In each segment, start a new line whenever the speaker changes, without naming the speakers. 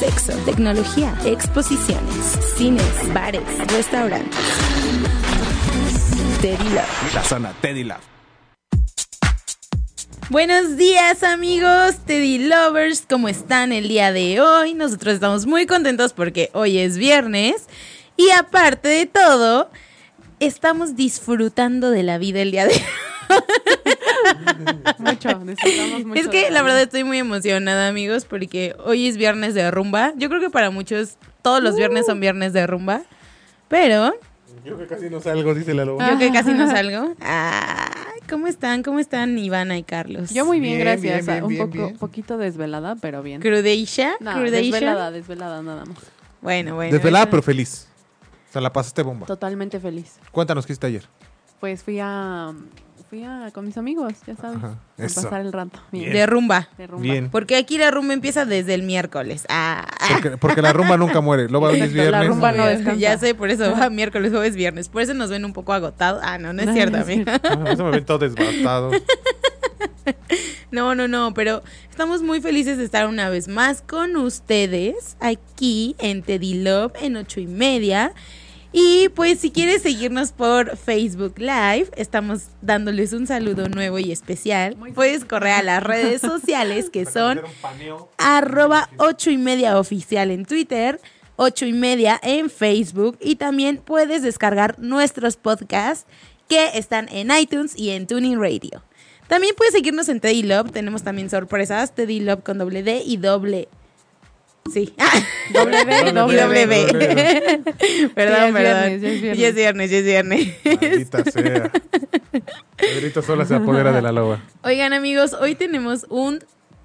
Sexo, tecnología, exposiciones, cines, bares, restaurantes. Teddy Love.
La zona Teddy Love.
Buenos días amigos Teddy Lovers, ¿cómo están el día de hoy? Nosotros estamos muy contentos porque hoy es viernes y aparte de todo, estamos disfrutando de la vida el día de hoy.
Mucho, necesitamos mucho.
Es que
de
la
la
verdad estoy muy emocionada, amigos, porque hoy es viernes de rumba. Yo creo que para muchos todos los viernes
Uh.
son viernes de rumba, pero
Yo que casi no salgo, dice la loba.
yo que casi no salgo. Ah, ¿Cómo están? ¿Cómo están Ivana y Carlos?
Yo muy bien,
Bien,
gracias.
bien, bien,
un
bien,
poco,
bien.
poquito desvelada, pero bien.
Crudisha,
No,
crudisha.
desvelada, desvelada nada más.
Bueno, bueno.
Desvelada,
eso-
pero feliz. O sea, la pasaste bomba.
Totalmente feliz.
Cuéntanos qué hiciste ayer.
Pues fui a fui a con mis amigos, ya sabes,
Ajá,
a
eso.
pasar el rato. Bien.
De rumba.
De rumba.
Bien.
Porque aquí la rumba empieza desde el miércoles. Ah, ah.
Porque, porque la rumba nunca muere. Loba hoy es
Exacto, la
viernes.
rumba no descansa.
Ya sé, por eso va miércoles, jueves, viernes. Por eso nos ven un poco agotados. Ah, no, no es
No,
cierto,
no es
amiga.
Ah, Eso me ven todo desbastado.
No, no, no, pero estamos muy felices de estar una vez más con ustedes aquí en Teddy Love en ocho y media. Y pues si quieres seguirnos por Facebook Live, estamos dándoles un saludo nuevo y especial.
Muy
Puedes correr a las redes sociales que son arroba ocho y media oficial en Twitter, ocho y media en Facebook y también puedes descargar nuestros podcasts que están en iTunes y en Tuning Radio. También puedes seguirnos en Teddy Love, tenemos también sorpresas, Teddy Love con doble D y doble... Sí.
Doble B,
Y
doble
doble
B.
E.
B.
Ya
Perdón,
es
perdón.
viernes, ya es viernes.
Ya es viernes, ya es viernes.
Maldita sea. Pedrito sola se apodera de la loba.
Oigan amigos, hoy tenemos un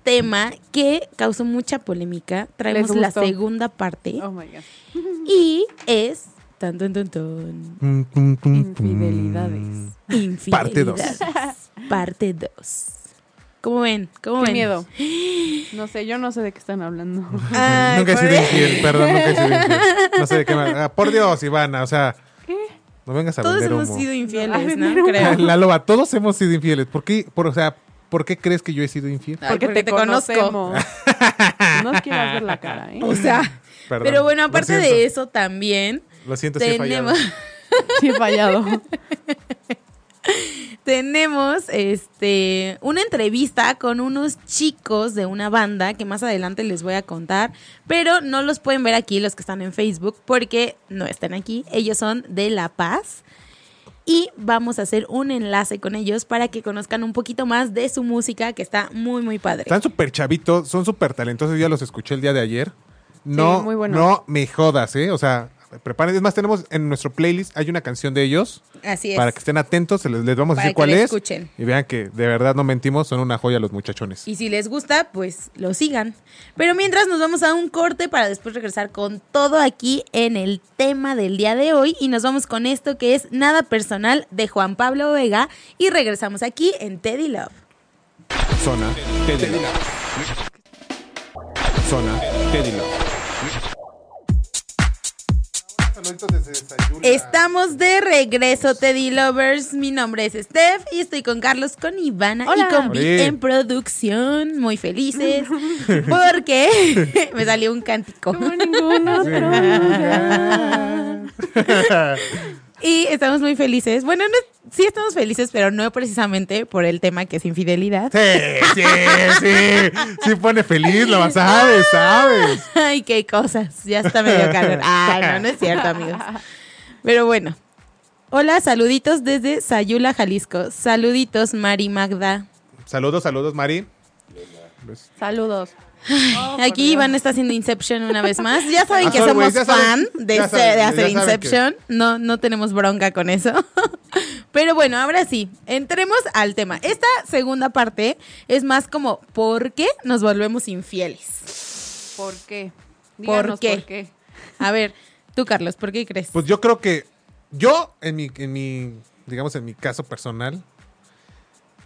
tema que causó mucha polémica. Traemos la
gustó.
segunda parte.
Oh my god.
Y es. Tan, tan, tan, tan,
Tum, tum, tum, tum.
Infidelidades.
Parte dos.
infidelidades. Parte 2. ¿Cómo ven? ¿Cómo
Qué
ven?
miedo. No sé, yo no sé de qué están hablando.
Ay,
Nunca he
por-
sido infiel, perdón, nunca he sido infiel. No sé de qué más. Ah, por Dios, Ivana, o sea. No vengas a
Todos
vender
hemos
humo.
sido
Ay,
infieles, ¿no?
vender humo.
Creo.
La loba, todos hemos sido infieles. ¿Por qué? Por, o sea, ¿por qué crees que yo he sido infiel?
Ay, porque te conozco.
conocemos. No os quieras ver la cara, ¿eh?
O sea,
Perdón,
pero bueno,
lo
aparte
siento.
de eso también
Lo siento, si he fallado.
tenemos,
Sí he fallado.
tenemos este una entrevista con unos chicos de una banda que más adelante les voy a contar, pero no los pueden ver aquí los que están en Facebook porque no están aquí. Ellos son de La Paz y vamos a hacer un enlace con ellos para que conozcan un poquito más de su música que está muy muy padre.
Están súper chavitos, son súper talentosos. Yo ya los escuché el día de ayer. No,
Sí, muy bueno.
no me jodas, ¿eh? O sea, preparen. Es más, tenemos en nuestro playlist, hay una canción de ellos.
Así es.
Para que estén atentos, se les, les vamos
Para
a decir
que
cuál
la
es.
escuchen.
Y vean que de verdad no mentimos, son una joya los muchachones.
Y si les gusta, pues lo sigan. Pero mientras nos vamos a un corte para después regresar con todo aquí en el tema del día de hoy y nos vamos con esto que es Nada Personal de Juan Pablo Vega y regresamos aquí en Teddy Love.
Zona Teddy Love. Zona Teddy Love.
Estamos de regreso, Teddy Lovers. Mi nombre es Steph y estoy con Carlos, con Ivana
Hola.
y con Vi
Hola.
en producción. Muy felices porque me salió un cántico.
Como ninguno
Sí.
otro.
Y estamos muy felices. Bueno, no- sí estamos felices, pero no precisamente por el tema que es infidelidad.
Sí, sí, sí. Sí pone feliz, lo sabes, sabes.
Ay, qué cosas. Ya está medio calor. Ay, no, no es cierto, amigos. Pero bueno. Hola, saluditos desde Sayula, Jalisco. Saluditos, Mari Magda.
Saludos, saludos, Mari. Pues-
Saludos. Oh,
Aquí Iván está haciendo Inception una vez más. Ya saben
Ah,
que
sorry,
somos
güey, ya
fan
saben,
de,
ya
ser-
saben,
de
ya
hacer
saben que-
Inception. No, no tenemos bronca con eso. Pero bueno, ahora sí, entremos al tema. Esta segunda parte es más como ¿por qué nos volvemos infieles?
¿Por qué? Díganos
qué?
por qué.
A ver, tú, Carlos, ¿por qué crees?
Pues yo creo que yo, en mi, en mi, digamos, en mi caso personal,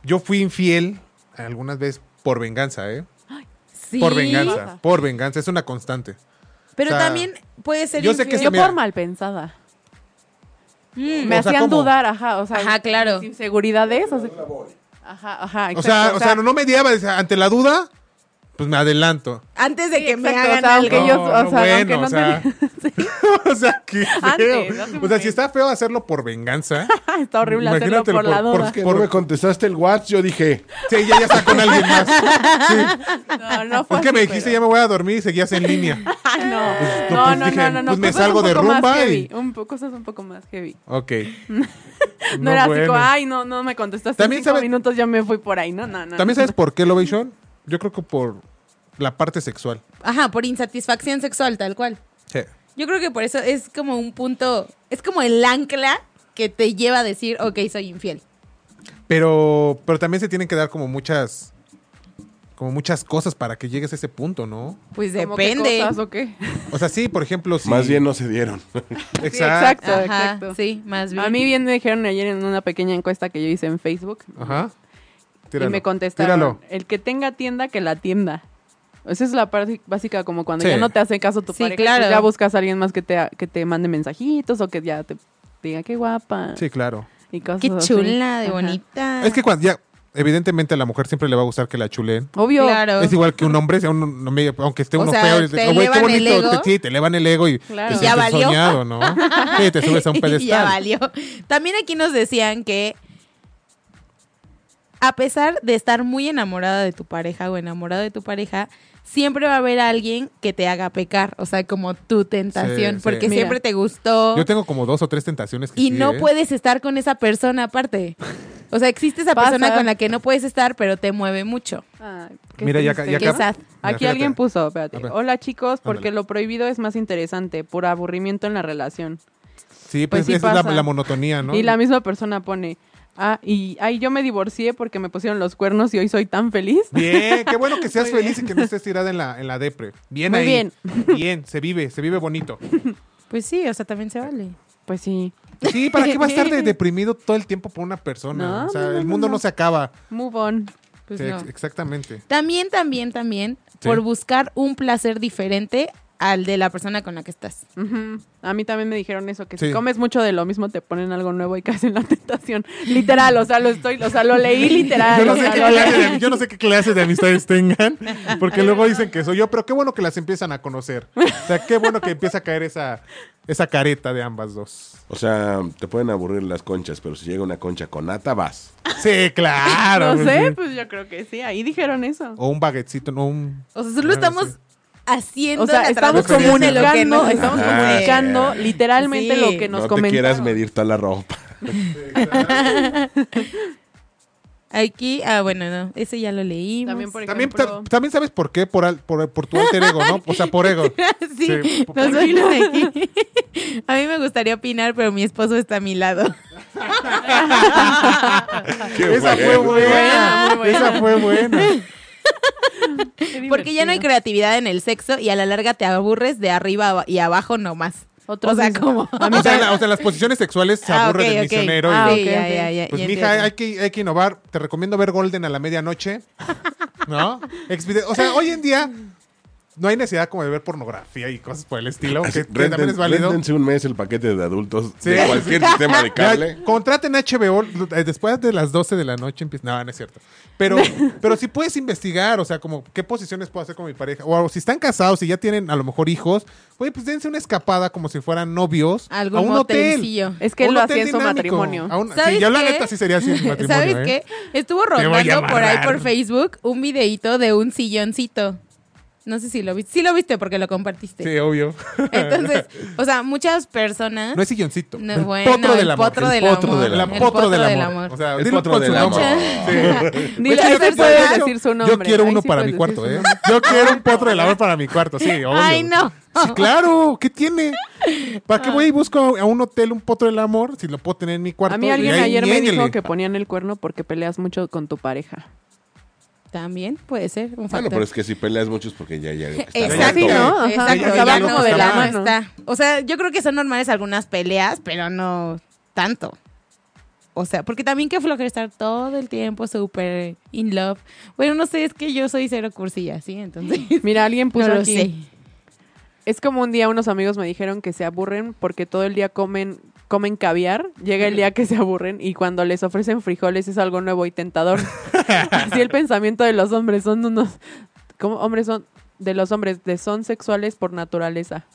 yo fui infiel algunas veces por venganza, ¿eh?
Sí,
Por venganza,
Pasa.
por venganza, es una constante.
Pero
o sea,
también puede ser
yo sé
infiel.
que Esta,
Yo
mira.
por mal pensada.
Mm,
Me
O sea,
hacían
¿cómo?
dudar, ajá, o sea,
Ajá, claro.
mis inseguridades, o sea- ajá, ajá,
o, sea,
exacto,
o sea, no mediaba, dice, ante la duda, pues me adelanto.
Antes de
Sí,
que me
exacto,
hagan
o sea,
algo.
aunque yo- o sea, aunque
bueno,
no
o sea, o sea, qué feo.
Antes, no te
o sea, si
imaginas.
está feo hacerlo por venganza,
está horrible hacerlo
imagínatelo
por la
por- por-
duda.
que
Que no me contestaste el WhatsApp, yo dije,
sí, ya, ya está con alguien más.
No, no fue
Es que
así,
me dijiste,
pero-
ya me voy a dormir y seguías en línea.
Ah,
Ay, no.
Pues, no,
no,
pues
no,
dije,
no, no, no,
pues me
cosas
salgo
un
de
poco más
rumba
heavy,
y-
un po- cosas un poco más heavy.
Ok.
No, era así
bueno.
como, ay, no, no me contestaste También
También
en cinco
sabe-
minutos, ya me fui por ahí. No, no, no.
¿También
no,
sabes
no.
por qué Lovation? Yo creo que por la parte sexual.
Ajá, por insatisfacción sexual, tal cual. Yo creo que por eso es como un punto, es como el ancla que te lleva a decir, ok, soy infiel.
Pero, pero también se tienen que dar como muchas como muchas cosas para que llegues a ese punto, ¿no?
Pues
¿Cómo qué
depende. Pues
cosas o qué?
O sea, sí, por ejemplo, si...
más bien no se dieron.
Sí,
Exacto.
exacto,
Ajá,
exacto.
sí, más bien.
A mí bien me dijeron ayer en una pequeña encuesta que yo hice en Facebook.
Ajá.
y me contestaron,
Tíralo.
el que tenga tienda, que la tienda. Esa es la parte básica, como cuando
Sí.
ya no te hace caso tu
Sí,
pareja,
claro.
pues ya buscas a alguien más que te, que te mande mensajitos o que ya te diga qué guapa
Sí, claro.
y cosas
Qué
así.
chula, de
Ajá.
bonita.
Es que cuando ya... Evidentemente a la mujer siempre le va a gustar que la chulen.
Obvio.
Claro.
Es igual que un hombre, sea un- un hombre, aunque esté
O
uno
sea,
feo, y
te
dices, "Oh, güey, qué
elevan el
bonito",
ego.
te- sí, te elevan el ego y,
Claro. Y
te
ya
sientes
valió.
soñado, ¿no? Sí, te subes a un pedestal.
ya valió. También aquí nos decían que a pesar de estar muy enamorada de tu pareja o enamorado de tu pareja, siempre va a haber alguien que te haga pecar, o sea, como tu tentación,
Sí, sí.
porque
Mira.
siempre te gustó
Yo tengo como dos o tres tentaciones que
y
sí,
no
¿eh?
puedes estar con esa persona aparte. O sea, existe esa
Pasa.
persona con la que no puedes estar, pero te mueve mucho.
Ay, qué
Mira, ya ca-
triste.
ya
Qué
acá-
sad.
Mira,
Aquí
fíjate.
alguien puso, espérate.
A ver.
Hola chicos, porque
Ándale.
lo prohibido es más interesante, por aburrimiento en la relación.
Sí,
Pues
pues,
sí
esa es la- la,
pasa.
monotonía, ¿no?
Y la misma persona pone, ah, y ay, yo me divorcié porque me pusieron los cuernos y hoy soy tan feliz.
Bien, qué bueno que seas
Muy
feliz y que no estés tirada en la, en la depre. Bien
Muy
ahí.
bien.
Bien, se vive, se vive bonito.
Pues sí, o sea, también se vale.
Pues sí,
Sí, ¿para qué vas a estar de- deprimido todo el tiempo por una persona?
No,
o sea,
no, no,
el
no,
mundo no,
no.
se acaba.
move on.
Pues
Sí,
no.
ex- Exactamente.
También, también, también,
Sí.
por buscar un placer diferente al de la persona con la que estás.
Ujú. A mí también me dijeron eso, que
Sí.
si comes mucho de lo mismo te ponen algo nuevo y caes en la tentación. Literal, o sea, lo estoy, o sea, lo leí literal.
Yo no,
o
sé
sea,
qué
lo
clase
leí.
de, yo no sé qué clase de amistades tengan, porque luego dicen que soy yo, pero qué bueno que las empiezan a conocer. O sea, qué bueno que empieza a caer esa, esa careta de ambas dos.
O sea, te pueden aburrir las conchas, pero si llega una concha con nata, vas.
Sí, claro.
No
pues,
sé,
sí.
pues yo creo que sí, ahí dijeron eso.
O un baguetcito, no un...
O sea, solo
Ah,
estamos
sí.
haciendo
O sea,
la
estamos
traducción de lo que
comunicando,
nos-
estamos
Ajá.
comunicando literalmente
Sí.
lo que nos
no te
comentaron.
quieras medir toda la ropa.
Aquí, ah, bueno, no, eso ya lo leímos.
También, por
También,
ejemplo,
ta- también sabes por qué, por, al- por, por tu alter ego, ¿no? O sea, por ego.
Sí,
Sí,
nos ponen aquí. A mí me gustaría opinar, pero mi esposo está a mi lado.
Qué
Esa fue
bueno.
buena.
Muy buena.
Esa fue buena.
qué
Porque ya no hay
divertido.
creatividad en el sexo y a la larga te aburres de arriba y abajo nomás.
Otros
o sea,
dicen-
como...
O sea, la- o sea, las posiciones sexuales se
Ah,
aburre
ok,
del
ok.
misionero.
Ah,
y,
ok,
ok,
ya,
ok.
ya, ya,
pues,
ya
mija,
entiendo.
hay que, hay que innovar. Te recomiendo ver Golden a la medianoche. ¿No? Expide- O sea, hoy en día no hay necesidad como de ver pornografía y cosas por el estilo,
Así,
que, que
renten-
también es válido.
réntense un mes el paquete de adultos
Sí.
de cualquier sistema de
Ya,
cable.
contraten HBO eh, después de las 12 de la noche. empieza- No, no es cierto. Pero, pero si puedes investigar, o sea, como qué posiciones puedo hacer con mi pareja. O si están casados, si ya tienen a lo mejor hijos, güey, pues dense una escapada como si fueran novios
Algún
a un
motelcillo.
hotel.
Es que
A
él
un
lo
hotel
hacía en su
dinámico,
matrimonio.
a un- sí,
¿Sabes
yo la
qué?
neta sí sería así en mi matrimonio.
¿Sabes
¿eh?
qué? Estuvo
voy a
rondando por ahí
amarrar.
por Facebook un videito de un silloncito. No sé si lo viste. Sí lo viste porque lo compartiste.
Sí, obvio.
Entonces, o sea, muchas personas...
No es silloncito.
No,
el
bueno,
potro del
el
amor.
potro
El
del
potro
amor.
del
El
amor. potro del amor. O sea,
El
dilo
potro
con su
del amor.
nombre. Sí.
Dile,
Es que yo-
ahí sí
yo-
puedes
yo-
decir su
Yo
nombre,
quiero
ahí
uno
sí
para
puedes
mi
decir
cuarto,
su
¿eh?
nombre.
Yo quiero un potro del amor para mi cuarto, sí, obvio.
Ay, no.
Sí, claro, ¿qué tiene? ¿Para
Ah.
qué voy y busco a un hotel un potro del amor si lo puedo tener en mi cuarto?
A mí
Y
alguien
ahí
ayer me
ñéñele.
dijo que ponían el cuerno porque peleas mucho con tu pareja.
También puede ser un
Bueno,
factor.
pero es que si peleas muchos porque ya hay algo que está
Exacto,
Sí,
roto.
¿no?
Ajá.
exacto,
Ya
ya
está
no,
loco,
de la
está
mano
mal.
está. O sea, yo creo que son normales algunas peleas, pero no tanto. O sea, porque también que flojera estar todo el tiempo súper in love. Bueno, no sé, es que yo soy cero cursilla, ¿sí? Entonces,
Mira, alguien puso
no lo
aquí.
sé.
Es como un día unos amigos me dijeron que se aburren porque todo el día comen comen caviar, llega el día que se aburren y cuando les ofrecen frijoles es algo nuevo y tentador. Así el pensamiento de los hombres son unos ¿cómo? hombres son de los hombres de son sexuales por naturaleza.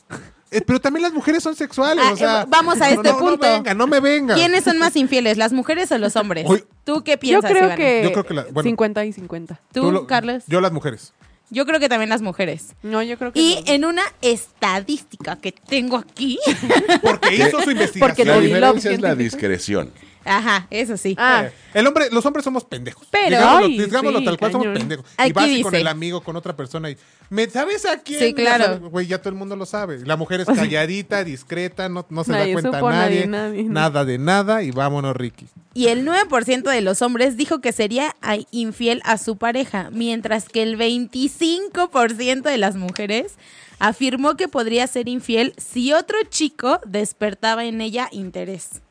Eh, pero también las mujeres son sexuales.
Ah,
o sea,
eh, vamos a
no,
este
no,
punto.
No venga, no me venga.
¿Quiénes son más infieles, las mujeres o los hombres?
Uy.
¿Tú qué piensas,
yo creo
Ivana?
que,
Yo creo que la- bueno.
50 y 50.
¿Tú,
lo-
Carlos? Yo...
Yo las mujeres.
creo que también las mujeres.
No, yo creo que
Y
no.
en una estadística que tengo aquí.
Porque hizo su
Porque
investigación.
La
Love
diferencia es la
científico.
discreción.
Ajá, eso sí.
Ah,
El hombre, los hombres somos pendejos.
Pero-
digámoslo,
Ay,
digámoslo
sí,
tal cual, somos
cañón.
pendejos.
Aquí
y vas y con
dice.
el amigo, con otra persona y ¿me sabes a quién?
Sí,
Ya
claro.
sabes, Güey, ya todo el mundo lo sabe. La mujer es calladita, discreta, no, no se
Nadie
da cuenta
supo, nadie,
nadie,
nadie, no.
nada de nada y vámonos, Ricky.
Y el 9% de los hombres dijo que sería ay- infiel a su pareja, mientras que el 25% de las mujeres afirmó que podría ser infiel si otro chico despertaba en ella interés.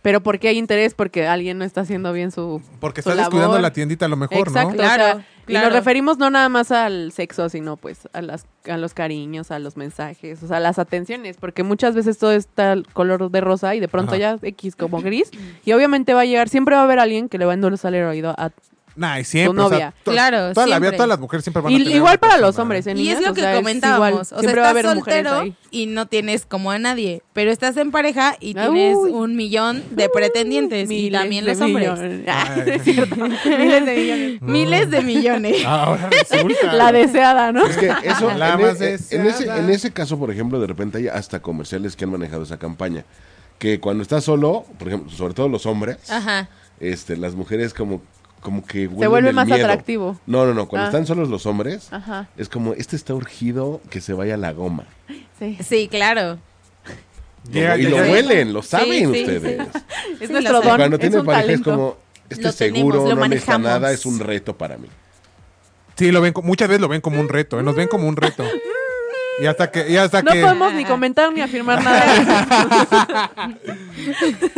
pero ¿por qué hay interés? Porque alguien no está haciendo bien su
Porque
su
está descuidando
labor.
la tiendita a lo mejor,
Exacto, o
¿no?
sea,
Claro,
Y
claro.
nos referimos no nada más al sexo, sino pues a, las, a los cariños, a los mensajes, o sea, a las atenciones, porque muchas veces todo está color de rosa y de pronto
Ajá.
ya X como gris, y obviamente va a llegar, siempre va a haber alguien que le va a endulzar el oído a...
Nah, y siempre.
Tu
o sea,
novia.
to-
Claro,
Toda la vida,
siempre.
todas las mujeres siempre van a
Y-
tener
igual
una
para los
persona. ¿eh?
hombres, en
y es
niñas,
lo
o
que
sea, es
comentábamos.
igual,
o sea,
siempre va a
estás
haber mujeres
soltero
ahí.
y no tienes como a nadie, pero estás en pareja y
Ah, Uy.
tienes un millón de pretendientes y
Miles
también
de
los hombres.
millones. Ah, es cierto. Miles de millones.
Miles de millones.
Ahora resulta.
¿eh? La deseada, ¿no?
Es que eso,
La
en,
más
e- en ese,
deseada.
en ese caso, por ejemplo, de repente hay hasta comerciales que han manejado esa campaña. Que cuando estás solo, por ejemplo, sobre todo los hombres,
Ajá.
este, las mujeres como, como que huelen
vuelve
el
más
miedo.
atractivo.
No, no, no. Cuando
Ah.
están solos los hombres,
Ajá.
es como, este está urgido que se vaya a la goma.
Sí.
Sí, claro.
Llega-
y lo
llega-
huelen, lo saben
sí,
ustedes.
Es
Sí,
nuestro
lo sé.
Y
don,
cuando
es
tienen
un
pareja es
talento.
como, este
Lo
es
tenemos,
seguro,
lo
no necesita
manejamos.
nada, es un reto para mí.
Sí, lo ven, co- muchas veces lo ven como un reto, ¿eh? nos ven como un reto. Y hasta que, y hasta
No
que.
podemos ni comentar ni afirmar nada.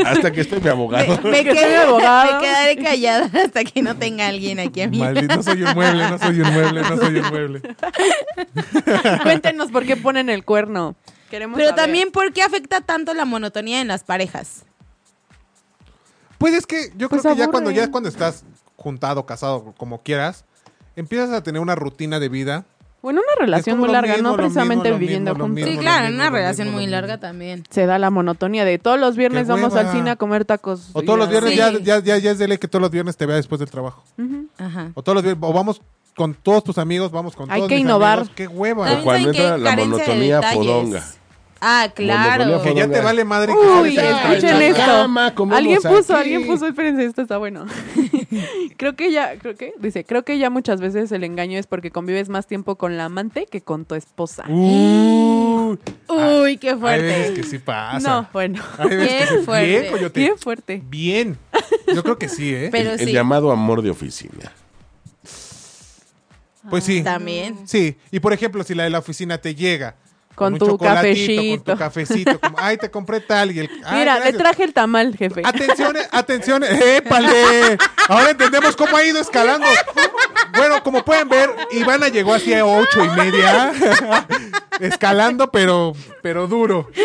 Hasta que esté mi abogado.
Me,
Que soy
quedo-
abogado.
me quedaré callada hasta que no tenga alguien aquí a mí.
Maldito, no soy un mueble, no soy un mueble, no soy un mueble.
Cuéntenos por qué ponen el cuerno. Queremos
Pero
saber.
también, ¿por qué afecta tanto la monotonía en las parejas?
Pues es que yo
Pues
creo que ya cuando,
aburre.
ya cuando estás juntado, casado, como quieras, empiezas a tener una rutina de vida.
Bueno, una relación
como
muy
lo
larga,
mismo,
no
lo
precisamente
mismo, lo
viviendo
mismo, lo
juntos.
mismo.
Sí,
lo
claro, en
mismo,
una
lo
relación
mismo,
muy
lo
larga
mismo.
también.
Se da la monotonía de todos los viernes
Qué
vamos
hueva.
al cine a comer tacos.
O todos los viernes
Sí.
ya, ya, ya, ya es de ley que todos los viernes te vea después del trabajo.
Ajá.
O todos los viernes, o vamos con todos tus amigos, vamos con
Hay
todos
que
mis
innovar.
amigos. Qué hueva.
¿Saben
O cuando
qué?
entra la
Carencia de
monotonía
detalles.
podonga.
Ah, claro.
Monotonía
Que ya te vale madre. que
Uy,
sales a-
escuchen
en
esto.
la cama, comemos
alguien puso,
aquí.
alguien puso, espérense, esto está bueno. creo que ya, creo que, dice, creo que ya muchas veces el engaño es porque convives más tiempo con la amante que con tu esposa.
Uh, Uy,
Uy, qué
hay veces
fuerte.
que sí pasa.
no, bueno.
Hay veces que
Bien
sí.
fuerte.
Bien, coyote.
Bien fuerte.
Bien. Yo creo que sí, ¿eh?
Pero
el, el
sí,
llamado amor de oficina.
Pues sí.
también.
Sí. Y por ejemplo, si la de la oficina te llega.
Con
un
tu
chocolatito, Con
cafecito.
tu cafecito. como, Ay, te compré tal. Y el,
Mira,
ay,
le
Ah, gracias.
traje el tamal, jefe.
Atención, eh, atención. ¡Épale! Ahora entendemos cómo ha ido escalando. Bueno, como pueden ver, Ivana llegó así a ocho y media. Escalando, pero, pero duro.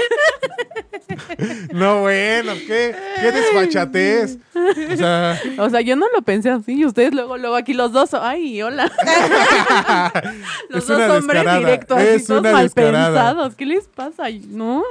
No, bueno, qué, qué desfachatez. O sea,
O sea, yo no lo pensé así. Y ustedes luego, luego aquí los dos, ay, hola. los
Es
dos
una
hombres
descarada,
directos, así,
es
todos
una
mal
descarada.
pensados. ¿Qué les pasa? Ay, No.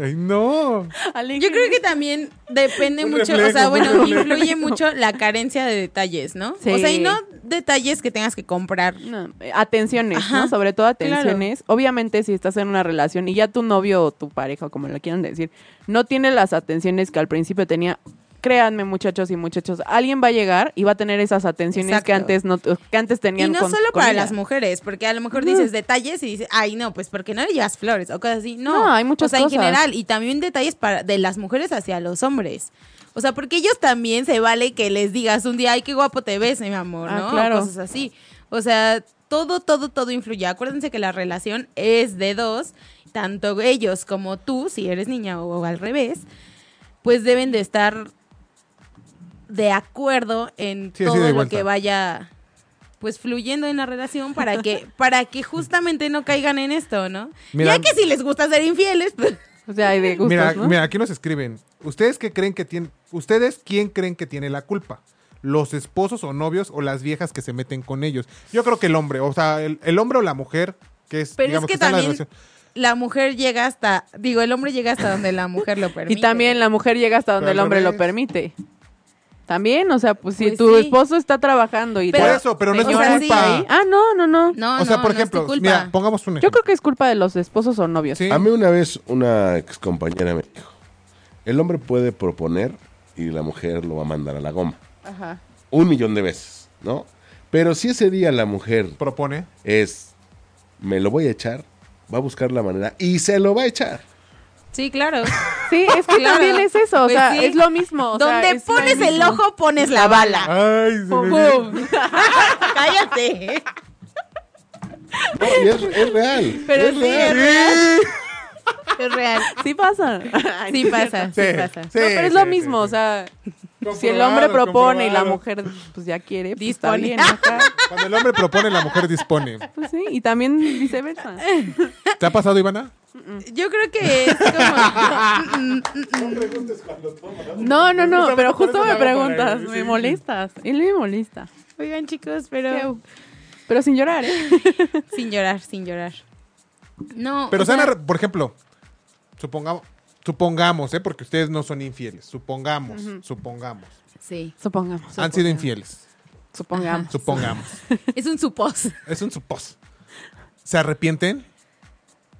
ay, no.
Yo creo que también depende
Un
mucho, o
reflejo,
sea,
un
bueno,
reflejo.
influye mucho la carencia de detalles, ¿no?
Sí.
O sea, y no detalles que tengas que comprar.
No, eh, atenciones,
Ajá,
¿no? Sobre todo
claro.
atenciones. Obviamente, si estás en una relación y ya tu novio o tu pareja, o como lo quieran decir, no tiene las atenciones que al principio tenía. Créanme, muchachos y muchachos, alguien va a llegar y va a tener esas atenciones
Exacto.
que antes no que antes
Y
tenían
no
con-
solo
con
para
ella.
las mujeres, porque a lo mejor dices detalles y dices, ay, no, pues porque no le llevas flores o cosas así. No,
No, hay muchas
O sea,
cosas.
en general, y también detalles para, de las mujeres hacia los hombres. O sea, porque ellos también se vale que les digas un día, ay, qué guapo te ves, mi amor,
Ah,
¿no?
claro.
Cosas así. O sea, todo, todo, todo influye. Acuérdense que la relación es de dos, tanto ellos como tú, si eres niña o al revés, pues deben de estar de acuerdo en
Sí, sí,
todo
de
lo
vuelta.
que vaya pues fluyendo en la relación para que para que justamente no caigan en esto, ¿no?
Mira-
ya que si les gusta ser infieles, pues,
O sea, hay de gustos,
mira,
¿no?
mira, aquí nos escriben. ¿Ustedes qué creen que tienen? ¿Ustedes quién creen que tiene la culpa? ¿Los esposos o novios o las viejas que se meten con ellos? Yo creo que el hombre, o sea, el, el hombre o la mujer, que es,
pero es
digamos,
que
está en la
también
relación.
la mujer llega hasta, digo, el hombre llega hasta donde la mujer lo permite.
Y también la mujer llega hasta donde
Pero
el
al
hombre lo
revés.
permite. También, o sea, pues si
Pues
tu
sí.
esposo está trabajando y...
Pero-
Por
la
eso, pero no es tu
señora
o sea,
culpa.
está ahí- Ah, no, no, no.
No,
o sea,
no,
por
no es tu
ejemplo,
culpa.
mira, pongamos un ejemplo.
Yo creo que es culpa de los esposos o novios.
Sí.
A mí una vez una excompañera me dijo, el hombre puede proponer y la mujer lo va a mandar a la goma.
Ajá.
Un millón de veces, ¿no? Pero si ese día la mujer
Propone.
es, me lo voy a echar, va a buscar la manera y se lo va a echar.
Sí, claro.
Sí, es que
Claro.
también es eso, o
Pues
sea,
sí.
es lo mismo. o sea,
donde
es lo
pones el
mismo.
ojo, pones la bala.
Ay, se me olvidó.
¡Pum! Cállate.
No, y es, es real.
Pero
es
sí, es
real.
real. Es real.
Sí pasa.
Sí pasa, sí,
Sí,
pasa.
sí,
No, pero es lo
sí,
mismo,
sí,
o sea,
sí.
si el hombre
Comprobado,
propone y la mujer
comprobado.
pues ya quiere, pues está
Dispone.
bien, ajá.
Cuando el hombre propone, la mujer dispone.
Pues sí, y también viceversa.
¿Te ha pasado, Ivana?
Yo creo que es como. Mm, mm,
No, no, no,
Justamente
pero
por eso
justo me
la hago para
preguntas,
él,
me
sí.
molestas, él me molesta.
Oigan, chicos, pero.
Pero sin llorar, ¿eh?
Sin llorar, sin llorar. No.
Pero
o sea,
sean arre- por ejemplo, supongamos, supongamos, ¿eh? porque ustedes no son infieles. Supongamos, supongamos.
Sí.
Supongamos.
Han sido infieles.
Supongamos.
Supongamos.
Es un supos.
es un supos. ¿Se arrepienten?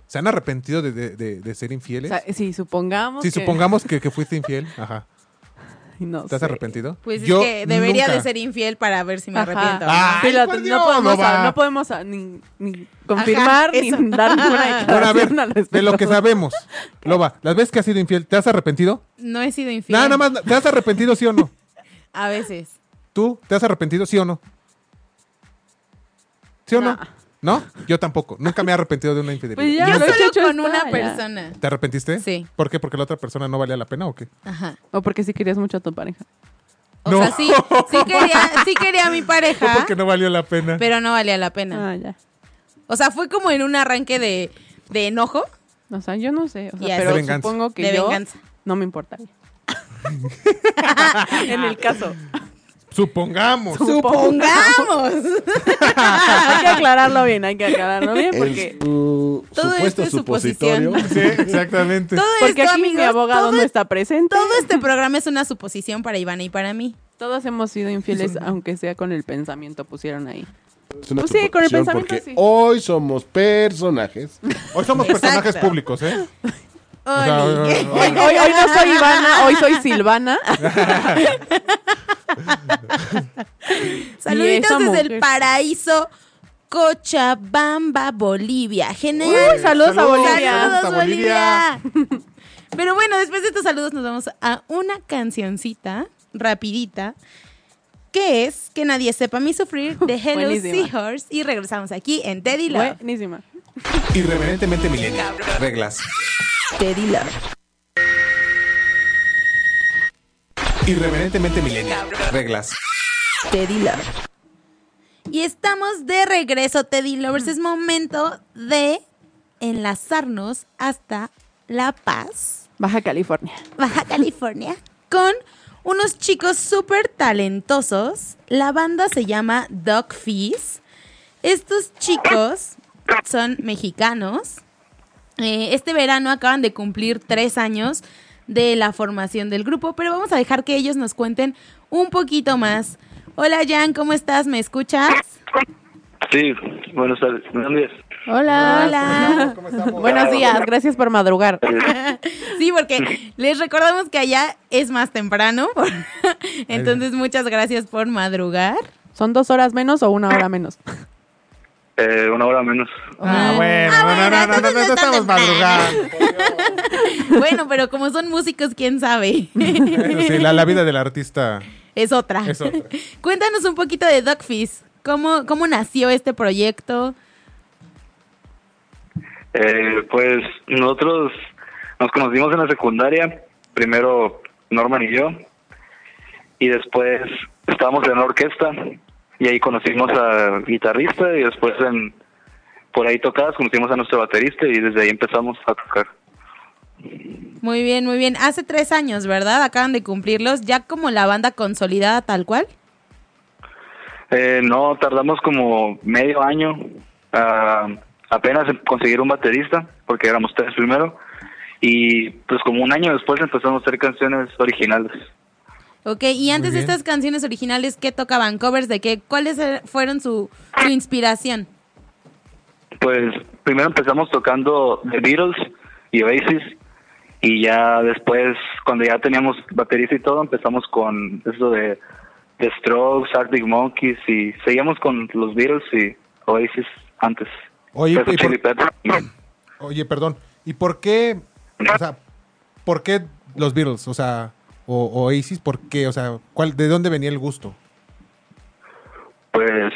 ¿Se han arrepentido de, de- de- de ser
O
infieles?
sea, sí, supongamos.
si
que-
supongamos que, que fuiste infiel, ajá.
No
¿Te has
sé.
arrepentido?
Pues es
Yo
que debería
nunca.
de ser infiel para ver si me
Ajá.
arrepiento.
Ah,
Sí,
Ay,
lo-
por Dios,
no podemos,
no
a-
va.
no podemos a- ni, ni confirmar ni
eso.
dar ninguna
Bueno, a ver,
declaración al respecto.
de lo que sabemos. Loba, las veces que has sido infiel, ¿te has arrepentido?
No he sido infiel.
Nada, nada más, ¿te has arrepentido sí o no?
A veces.
¿Tú te has arrepentido, sí o no? ¿Sí o no?
No.
¿No? Yo tampoco. Nunca me he arrepentido de una
Pues
infidelidad.
ya,
Yo
lo
solo
hecho
con
está,
una
ya.
persona.
¿Te arrepentiste?
Sí.
¿Por qué? ¿Porque la otra persona no valía la pena o qué?
Ajá.
O porque si querías mucho a tu pareja.
O
No.
sea, sí, sí quería, sí quería a mi
No,
pareja,
porque no valió la pena.
pero no valía la pena.
Ah, ya.
O sea, fue como en un arranque de, de enojo.
O sea, yo no sé. O sea,
Y así.
pero
De venganza.
supongo que
De
yo
venganza.
no me importaría. en el caso.
Supongamos.
¡Supongamos! Ah.
hay que aclararlo bien, hay que aclararlo bien
En
porque...
su
Todo esto
supuesto
es
supositorio.
Sí, exactamente.
Todo
Porque
esto,
aquí mi
amigos,
abogado
todo,
no está presente.
todo este programa es una suposición para Ivana y para mí.
Todos hemos sido infieles, aunque sea con el pensamiento, pusieron ahí.
Es una
Pues sí, con el
suposición
pensamiento
porque
sí.
Hoy somos personajes.
Hoy somos
Exacto.
personajes públicos, ¿eh? O sea,
Oli.
hoy- hoy-
Hoy, hoy- hoy no soy Ivana, hoy soy Silvana. Y
Saluditos
esa
desde
mujer.
el paraíso Cochabamba, Bolivia. Genial.
Uy, saludos, a
Saludos.
Bolivia.
Saludos.
Saludos,
a Bolivia.
Bolivia. Pero bueno, después de estos saludos nos vamos a una cancioncita rapidita que es Que nadie sepa mi sufrir de Hello
Buenísima.
Seahorse y regresamos aquí en Teddy Love.
Buenísima.
Irreverentemente milenial. Reglas.
Teddy Love.
Irreverentemente milenial. Reglas.
Teddy Love. Y estamos de regreso, Teddy Lovers. Es momento de enlazarnos hasta La Paz.
Baja California.
Baja California, con unos chicos súper talentosos. La banda se llama Dog Fees. Estos chicos son mexicanos. Eh, este verano acaban de cumplir tres años de la formación del grupo, pero vamos a dejar que ellos nos cuenten un poquito más. Hola Jan, ¿cómo estás? ¿Me escuchas?
Sí, buenos tardes. Buenos días.
Ah, Hola. pues, Buenos días, gracias por madrugar.
Sí, porque les recordamos que allá es más temprano, entonces muchas gracias por madrugar.
¿Son dos horas menos o una hora menos?
Eh, una hora menos.
Ah,
Ah,
bueno,
ah,
no,
bueno,
no, no, no,
entonces
no,
no
no
es tan
estamos
temprano.
madrugando.
Bueno, pero como son músicos, quién sabe.
Bueno, sí, la, la vida del artista.
Es otra.
Es otra.
Cuéntanos un poquito de Dogfish. ¿Cómo, ¿Cómo nació este proyecto?
Eh, pues nosotros nos conocimos en la secundaria, primero Norman y yo, y después estábamos en una orquesta y ahí conocimos al guitarrista y después en por ahí tocadas conocimos a nuestro baterista y desde ahí empezamos a tocar.
Muy bien, muy bien. Hace tres años, ¿verdad? Acaban de cumplirlos, ya como la banda consolidada tal cual.
Eh, no, tardamos como medio año ah, apenas en conseguir un baterista, porque éramos tres primero, y pues como un año después empezamos a hacer canciones originales.
Ok, y antes de
bien.
estas canciones originales, ¿qué tocaban? ¿Covers de qué? ¿Cuáles er- fueron su, su inspiración?
Pues primero empezamos tocando The Beatles y Oasis y ya después cuando ya teníamos baterista y todo empezamos con eso de The Strokes, Arctic Monkeys y seguíamos con los Beatles y Oasis antes.
Oye,
Pero
y por-
Chili Peppers.
Oye, perdón. ¿Y por qué? O sea, ¿por qué los Beatles? O sea, o, o Oasis, ¿por qué? O sea, ¿cuál, ¿de dónde venía el gusto?
Pues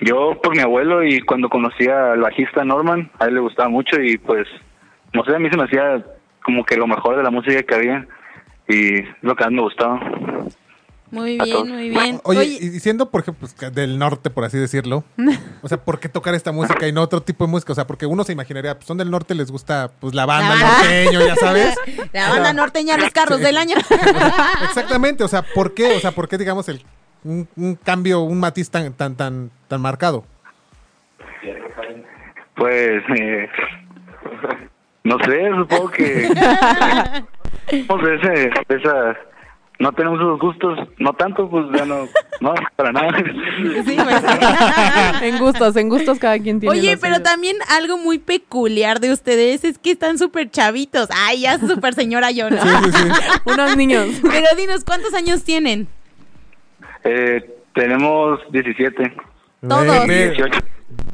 yo por mi abuelo y cuando conocí al bajista Norman, a él le gustaba mucho y pues no sé, a mí se me hacía como que lo mejor de la música que había y lo que más me gustaba.
Muy
A todos.
bien, muy bien.
Oye,
Oye,
y siendo, por ejemplo, pues, que del norte, por así decirlo, o sea, ¿por qué tocar esta música y no otro tipo de música? O sea, porque uno se imaginaría, pues son del norte, les gusta pues la banda,
La
el
banda.
norteño, ya sabes.
la banda norteña Los Carros del Año.
Exactamente, o sea, ¿por qué? O sea, ¿por qué, digamos, el, un, un cambio, un matiz tan, tan, tan, tan marcado?
Pues, eh, no sé, supongo que Pues, ese, esa, no tenemos esos gustos, no tanto, pues ya no, no para nada.
Sí,
pues.
me-
en gustos, en gustos cada quien tiene.
Oye,
los
pero
suyos.
también algo muy peculiar de ustedes es que están súper chavitos. Ay, ya súper señora yo, ¿no?
Unos niños.
Pero dinos, ¿cuántos años tienen?
Eh, tenemos 17,
Todos.
Ve, ve,
18,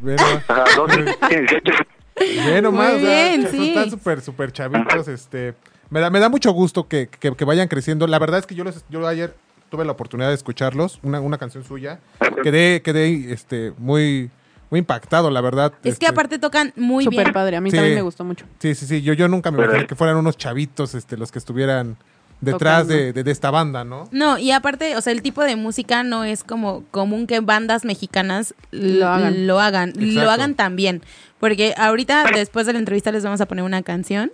ve nomás.
ajá, 12, 18.
Ve nomás,
Muy
o sea,
bien,
esos
sí.
están súper, súper chavitos. Este, me, da, me da mucho gusto que, que- que vayan creciendo. La verdad es que yo, los, yo ayer tuve la oportunidad de escucharlos, una, una canción suya. Quedé, quedé este, muy, muy impactado, la verdad.
Es que
Este,
aparte tocan muy
Súper
bien.
padre, a mí
Sí.
también me gustó mucho.
Sí, sí, sí. Yo, yo nunca me
Pero-
imaginé que fueran unos chavitos este, los que estuvieran detrás
Tocando.
de, de- de esta banda, ¿no?
No, y aparte, o sea, el tipo de música no es como común que bandas mexicanas
Lo
lo
hagan.
hagan. Lo hagan,
Exacto.
lo hagan también. Porque ahorita, después de la entrevista, les vamos a poner una canción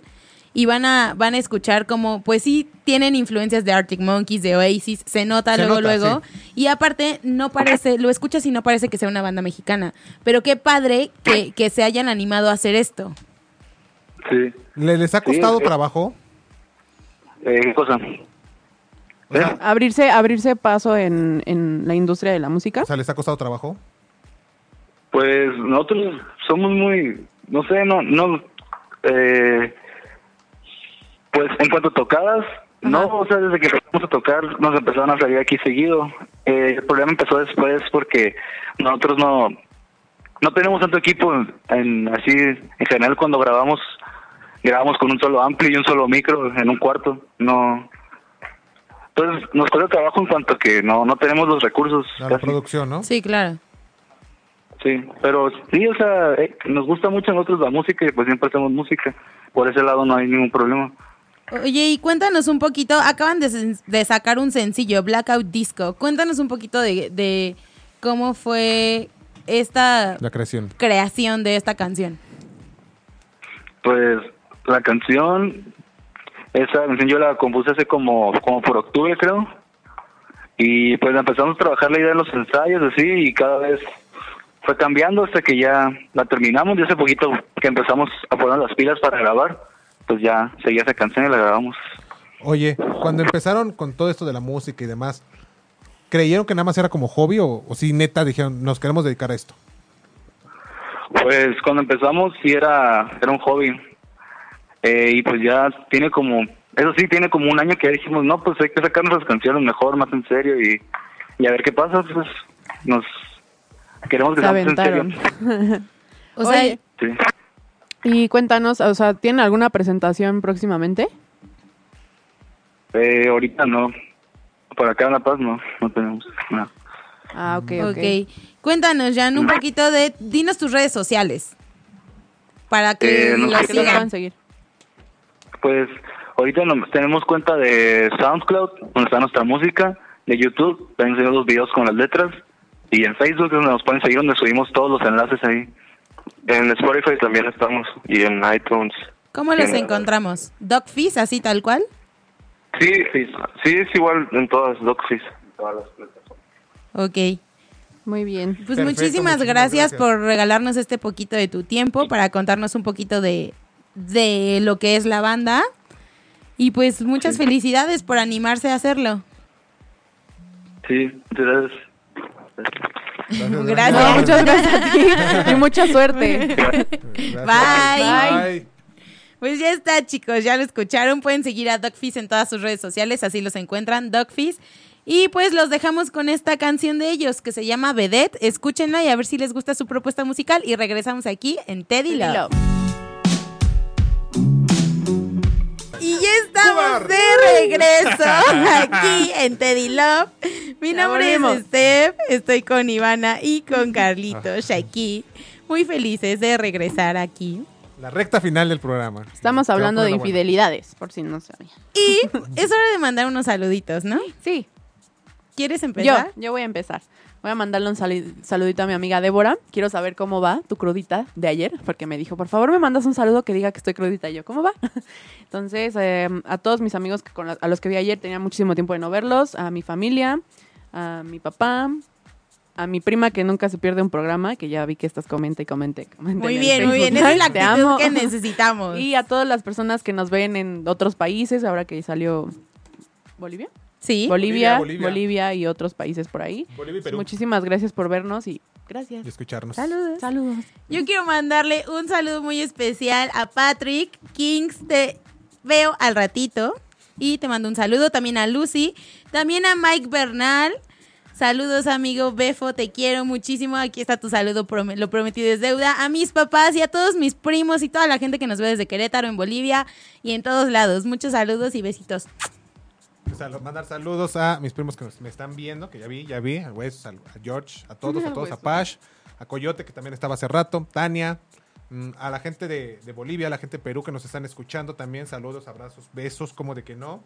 y van a, van a escuchar como, pues sí, tienen influencias de Arctic Monkeys, de Oasis, se nota
Se
luego,
nota,
luego. Y aparte, no parece, lo escuchas y no parece que sea una banda mexicana. Pero qué padre que, que se hayan animado a hacer esto.
Sí,
¿Le- ¿Les ha
Sí,
costado
sí.
trabajo?
eh, ¿qué cosa? Eh,
O sea,
Abrirse, abrirse paso en, en la industria de la música.
o sea, ¿les ha costado trabajo?
Pues nosotros somos muy, no sé, no, no, eh, pues en cuanto a tocadas, no, o sea, desde que empezamos a tocar nos empezaron a salir aquí seguido. Eh, el problema empezó después porque nosotros no, no tenemos tanto equipo en, en- así, en general cuando grabamos, grabamos con un solo amplio y un solo micro en un cuarto, no. Entonces nos cuesta trabajo en cuanto que no, no tenemos los recursos.
La
casi.
producción, ¿no?
Sí, claro.
Sí, pero sí, o sea, eh, nos gusta mucho a nosotros la música y pues siempre hacemos música. Por ese lado no hay ningún problema.
Oye, y cuéntanos un poquito, acaban de, sen- de sacar un sencillo, Blackout Disco. Cuéntanos un poquito de, de cómo fue esta
La creación.
creación de esta canción.
Pues la canción, esa canción yo la compuse hace como, como por octubre creo. Y pues empezamos a trabajar la idea en los ensayos así y cada vez fue cambiando hasta que ya la terminamos y hace poquito que empezamos a poner las pilas para grabar, pues ya seguía esa canción y la grabamos.
Oye, cuando empezaron con todo esto de la música y demás, ¿creyeron que nada más era como hobby o, o si neta dijeron, nos queremos dedicar a esto?
Pues cuando empezamos sí era, era un hobby. Eh, y pues ya tiene como, eso sí, tiene como un año que ya dijimos, no, pues hay que sacar nuestras canciones mejor, más en serio y, y a ver qué pasa. Pues nos queremos que
Se
sea más en
aventaron.
serio.
O sea,
Oye.
Sí.
Y cuéntanos, o sea, ¿tienen alguna presentación próximamente?
Eh, ahorita no. Por acá en La Paz no, no tenemos nada.
Ah, ok, ok.
Ok. Cuéntanos, Jan,
Mm.
un poquito de. Dinos tus redes sociales. Para que
Eh, no
los
sé.
Que los
sigan.
puedan seguir.
Pues ahorita no- tenemos cuenta de SoundCloud, donde está nuestra música, de YouTube, también subimos los videos con las letras, y en Facebook es donde nos pueden seguir, donde subimos todos los enlaces ahí.
En Spotify también estamos y en iTunes.
¿Cómo los
Eh,
Bien.
encontramos? ¿Dogfish, así tal cual?
Sí, sí, sí, es igual en todas, Doxys.
Ok.
Muy bien.
Pues
Perfecto,
muchísimas
muchísimas
gracias,
gracias.
por regalarnos este poquito de tu tiempo para contarnos un poquito de, de lo que es la banda. Y pues muchas felicidades por animarse a hacerlo.
Sí, entonces,
Gracias.
No, muchas gracias a ti y mucha suerte.
Bye.
Bye.
Pues ya está, chicos, ya lo escucharon. Pueden seguir a Dogfish en todas sus redes sociales, así los encuentran, Dogfish. Y pues los dejamos con esta canción de ellos que se llama Vedette. Escúchenla y a ver si les gusta su propuesta musical. Y regresamos aquí en Teddy Love. Y ya estamos de regreso aquí en Teddy Love. Mi
Ya
nombre es
volvimos.
Steph, estoy con Ivana y con Carlito, Shaki. Muy felices de regresar aquí.
La recta final del programa.
Estamos
Se va a
hablando de
poner lo bueno.
infidelidades, por si no sabían.
Y es hora de mandar unos saluditos, ¿no?
Sí,
¿Quieres
yo,
empezar?
yo voy a empezar. Voy a mandarle un sali- saludito a mi amiga Débora. Quiero saber cómo va tu crudita de ayer, porque me dijo, por favor, me mandas un saludo que diga que estoy crudita. Y yo, ¿cómo va? Entonces, eh, a todos mis amigos que con la- a los que vi ayer, tenía muchísimo tiempo de no verlos, a mi familia, a mi papá, a mi prima que nunca se pierde un programa, que ya vi que estás comenta y comenta y comenta.
Muy
en el
bien, muy
Facebook
bien. Esa es la
Live. Te amo.
actitud que necesitamos.
Y a todas las personas que nos ven en otros países, ahora que salió Bolivia.
Sí.
Bolivia,
Bolivia,
Bolivia,
Bolivia.
y otros países por ahí.
Bolivia y Perú.
Muchísimas gracias por vernos y
Y
gracias.
escucharnos.
Saludos.
Saludos.
Yo quiero mandarle un saludo muy especial a Patrick Kings. Te veo al ratito. Y te mando un saludo también a Lucy. También a Mike Bernal. Saludos, amigo Befo. Te quiero muchísimo. Aquí está tu saludo. prom- Lo prometido es deuda. A mis papás y a todos mis primos y toda la gente que nos ve desde Querétaro, en Bolivia y en todos lados. Muchos saludos y besitos.
Sal- pues, mandar saludos a mis primos que nos- me están viendo, que ya vi, ya vi, al Hueso, al- a George, a todos, a todos, a Pash, a Coyote, que también estaba hace rato, Tania, mm, a la gente de, de Bolivia, a la gente de Perú que nos están escuchando también, saludos, abrazos, besos, como de que no.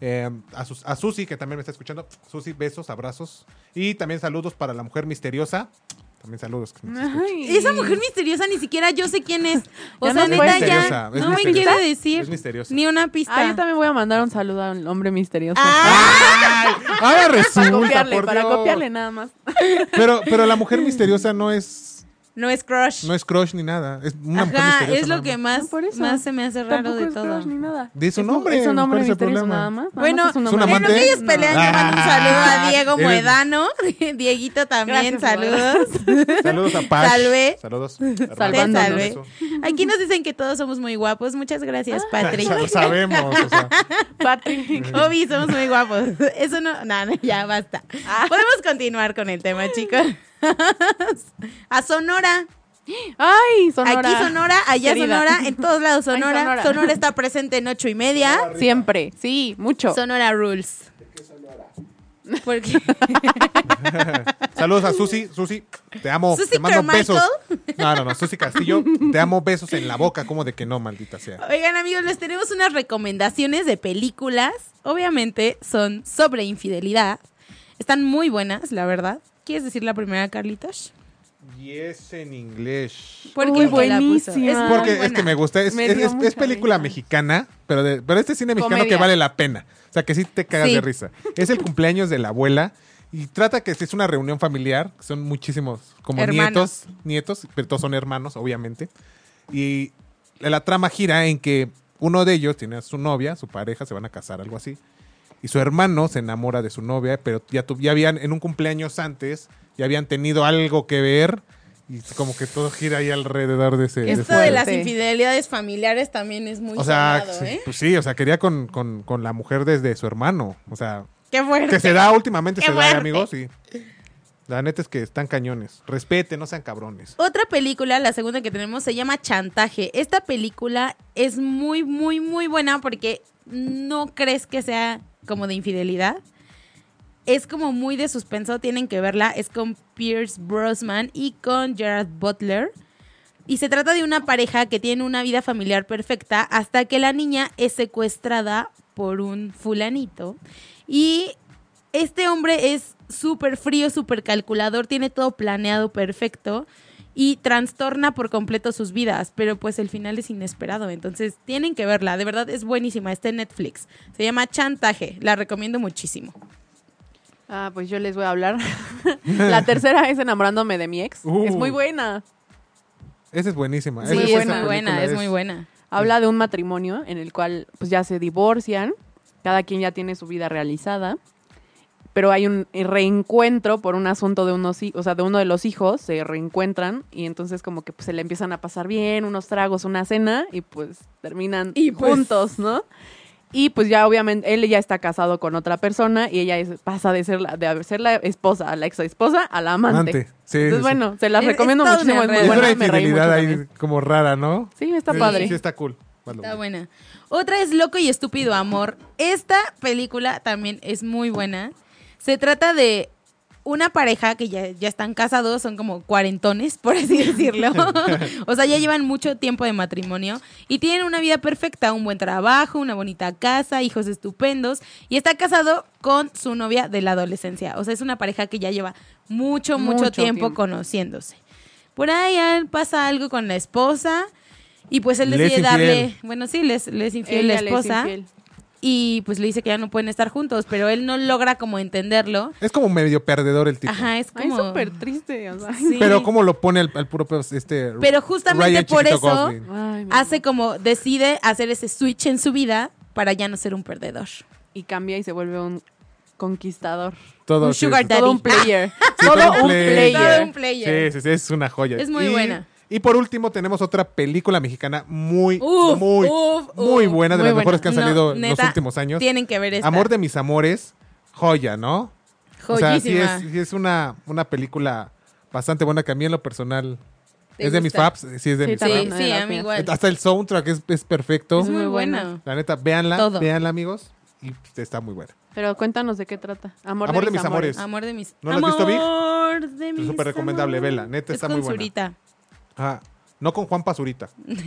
Eh, a, Sus- a Susi, que también me está escuchando, Susi, besos, abrazos. Y también saludos para la mujer misteriosa, también saludos. que nos escucha.
Esa mujer misteriosa ni siquiera yo sé quién es. O
Ya
sea,
no
neta,
sé.
ya
Misteriosa, es
no me
misteriosa.
quiere decir
Es misteriosa.
ni una pista.
Ah, yo también voy a mandar un saludo al hombre misterioso.
¡Ah!
Ahora resulta,
para copiarle,
por
para
Dios.
copiarle nada más.
Pero, pero la mujer misteriosa no es,
No es crush.
no es crush ni nada, es una mujer
Ajá,
misteriosa.
es
nada
lo que
más.
más,
No, por eso.
más se me hace raro
Tampoco
de
es
todo.
crush ni nada.
De su
Es un-
nombre,
Es un hombre
¿cuál es el
misterioso
problema?
nada más. nada
Bueno,
más es un
¿Es un
hombre.
bueno,
amante? Ah.
que ellos
No.
pelean, yo mando un saludo a Diego
eres-
Moedano. Dieguito también,
Gracias,
saludos.
Saludos a Pash.
Salve.
Saludos.
Te
Salvándonos.
salvé. Aquí nos dicen que todos somos muy guapos. Muchas gracias, Patrick.
Lo sabemos. o sea.
Ah. Patrick.
Obi, somos muy guapos. Eso no, nada, ya basta.
Ah.
Podemos continuar con el tema, chicos. A Sonora.
Ay, Sonora.
Aquí Sonora, allá
Querida.
Sonora, en todos lados Sonora.
Ay, Sonora.
Sonora. está presente en ocho y media.
Siempre, sí, mucho.
Sonora Rules. ¿Por qué?
Saludos a Susi. Susi, te amo.
Susi
te mando
Carmichael.
besos. No, no, no. Susi Castillo, te amo besos en la boca. Como de que no, maldita sea.
Oigan amigos, les tenemos unas recomendaciones de películas. Obviamente son sobre infidelidad. Están muy buenas, la verdad. ¿Quieres decir la primera, Carlitos?
Yes en inglés.
¿Por
Uy,
qué te la puso?
buenísima.
muy
Porque es
buena.
que me gusta. Es,
Me
es-
dio
es- es
mucha
película
risa.
mexicana, pero, de- pero este cine mexicano
Comedia.
que vale la pena. O sea, que sí te cagas
Sí.
de risa. Es el cumpleaños de la abuela. Y trata que es una reunión familiar. que Son muchísimos, como
Hermanos.
nietos, nietos, pero todos son hermanos, obviamente. Y la, la trama gira en que uno de ellos tiene a su novia, su pareja, se van a casar, algo así. Y su hermano se enamora de su novia, pero ya, tu- ya habían, en un cumpleaños antes, ya habían tenido algo que ver. Y como que todo gira ahí alrededor de ese... de
Esto
ese-
Esto de las
fuerte.
infidelidades familiares también es muy
o sea,
sonado,
sí,
¿eh?
pues sí, o sea, quería con, con- con la mujer desde su hermano. O sea,
Qué fuerte.
que se da últimamente,
Qué
se da,
fuerte.
amigos, sí. La neta es que están cañones. Respeten, no sean cabrones.
Otra película, la segunda que tenemos, se llama Chantaje. Esta película es muy, muy, muy buena porque no crees que sea como de infidelidad. Es como muy de suspenso, tienen que verla. Es con Pierce Brosnan y con Gerard Butler. Y se trata de una pareja que tiene una vida familiar perfecta hasta que la niña es secuestrada por un fulanito. Y este hombre es súper frío, súper calculador, tiene todo planeado perfecto y trastorna por completo sus vidas, pero pues el final es inesperado, entonces tienen que verla, de verdad es buenísima, está en Netflix, se llama Chantaje, la recomiendo muchísimo.
Ah, pues yo les voy a hablar. la tercera es Enamorándome de mi ex.
Uh.
es muy buena.
Esa es buenísima.
Sí,
Esa-
Ah, es,
esa
muy buena,
película
es muy buena.
Habla de un matrimonio en el cual pues ya se divorcian, cada quien ya tiene su vida realizada, pero hay un eh, reencuentro por un asunto de unos, hi- o sea, de uno de los hijos, se reencuentran y entonces como que pues, se le empiezan a pasar bien, unos tragos, una cena y pues terminan
Y, pues-
juntos, ¿no? Y pues ya obviamente él ya está casado con otra persona y ella es- pasa de ser la, de ser la esposa, la ex esposa, a la amante.
Amante. Sí,
Entonces,
sí, sí.
bueno, se las
Es- es
recomiendo
todo un
muchísimo. Es muy
Es
enredo.
buena,
una
me reí
infidelidad
mucho
ahí
también.
como rara, ¿no?
Sí, está
Sí,
padre.
Sí, está cool. Bueno,
Está buena. Otra es Loco y Estúpido Amor. Esta película también es muy buena. Se trata de una pareja que ya, ya están casados, son como cuarentones, por así decirlo. o sea, ya llevan mucho tiempo de matrimonio y tienen una vida perfecta, un buen trabajo, una bonita casa, hijos estupendos y está casado con su novia de la adolescencia. O sea, es una pareja que ya lleva mucho, mucho,
Mucho
tiempo,
tiempo.
conociéndose. Por ahí ah, pasa algo con la esposa y pues él
Le es
decide
infiel.
darle, bueno, sí, les, les infiel la
Ella le es
esposa
infiel.
y pues le dice que ya no pueden estar juntos, pero él no logra como entenderlo.
Es como medio perdedor el tipo.
Ajá, es
Ay,
como...
súper triste. o sea.
Sí.
Pero cómo lo pone al, al puro pues, este
Pero justamente
Ryan
por
Chiquito
eso-
Gosling.
Ay, mi
hace
amor.
como, decide hacer ese switch en su vida para ya no ser un perdedor.
y cambia y se vuelve un conquistador.
Todo,
un
sí,
sugar
sí.
daddy. Ah.
Todo un player.
Sí,
todo un player.
Todo un player.
Sí, sí, sí, es una joya.
Es muy
Y-
buena.
Y por último tenemos otra película mexicana muy
Uf,
muy
uf,
muy
uf.
buena de
Muy
las
buena.
mejores que han
No,
salido en los
neta,
últimos años.
Tienen que ver esta.
Amor de mis amores, joya, ¿no? O sea, sí
Joyísima.
es, sí es una, una película bastante buena que a mí en lo personal
¿Te
es de mis
gusta?
faps, sí es de
Sí,
mis
también.
faps.
Sí,
Una de
sí,
las
a mí
mías.
igual.
Hasta el soundtrack es, es perfecto.
Es muy
muy buena.
buena.
La neta, véanla,
Todo.
véanla, amigos. Y pues, está muy buena.
Pero cuéntanos de qué trata. Amor,
Amor
de, Ah, mis amores.
Amor de mis...
¿No la has visto, Vic?
Amor de mis
súper recomendable,
amores.
vela, neta,
Es
está
con
muy buena.
Zurita.
Ah, no con Juan Pazurita. de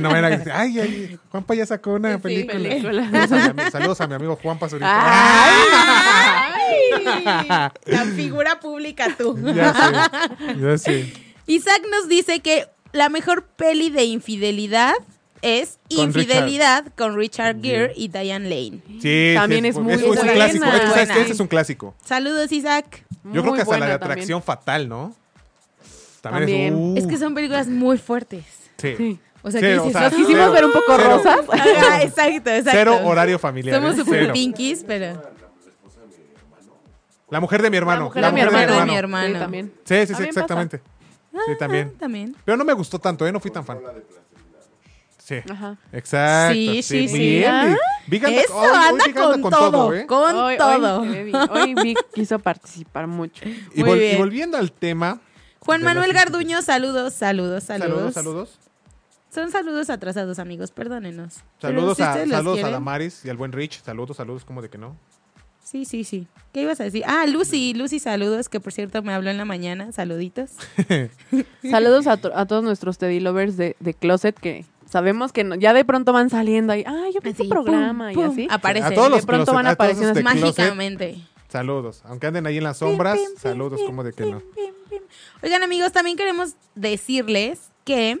novela. que dice, Ay, ay, Juanpa ya sacó una
Sí,
película.
película.
Saludos, a mi, saludos a mi amigo Juan Pazurita.
Ah. ¡Ay! La figura pública tú.
Ya sé, ya sé.
Isaac nos dice que la mejor peli de infidelidad es
Con
Infidelidad con Richard Gere y Diane Lane.
Sí,
También
sí,
es muy
es un
buena.
clásico. Es que, ¿sabes
Buena.
qué? Ese es un clásico.
Saludos, Isaac.
Yo creo que hasta la de atracción fatal, ¿no?
También.
uh,
Es que son películas muy fuertes.
sí.
O sea,
Sí,
que
o
dices,
sea,
"Nos
Quisimos
Cero.
ver un poco
Cero.
rosas.
Ajá, exacto, exacto.
Cero horario familiar.
Somos
¿eh?
super
Cero.
pinkies, pero.
La mujer de mi hermano.
mujer de mi hermano. de mi hermano.
Sí, también.
Sí, sí, sí,
También
exactamente. Sí, también.
Ah, También.
Pero no me gustó tanto, ¿eh? No fui tan fan. Sí.
Ajá.
Exacto.
Sí, sí,
muy
sí. Ah,
bien. Vic anda-
Eso
hoy- hoy
anda,
Vic
con, todo,
¿eh?
con
Hoy- hoy
todo.
se ve bien. Hoy Vic quiso participar mucho.
Y,
Muy
vol- y
bien.
volviendo al tema.
Juan
de
Manuel
las-
Garduño, saludos, saludos,
Saludos,
saludos.
saludos.
Son saludos atrasados, amigos, perdónenos. Pero
Saludos,
si
a,
ustedes los
saludos a
quieren-
Damaris y al buen Rich. Saludos, saludos, como de que no.
Sí, sí, sí. ¿Qué ibas a decir? Ah, Lucy, Lucy, saludos, que por cierto me habló en la mañana, saluditos.
Saludos a, to- a todos nuestros Teddy Lovers de, de Closet que sabemos que no- ya de pronto van saliendo ahí. Ay, yo vi tu
Así, pum,
programa y
pum,
así.
Aparecen.
A todos los
de pronto
closet,
van
a todos
apareciendo
los de closet,
Mágicamente.
Saludos. Aunque anden ahí en las sombras,
Pim, pim, pim,
saludos,
pim,
como de que
pim,
no.
pim, pim. Oigan, amigos, también queremos decirles que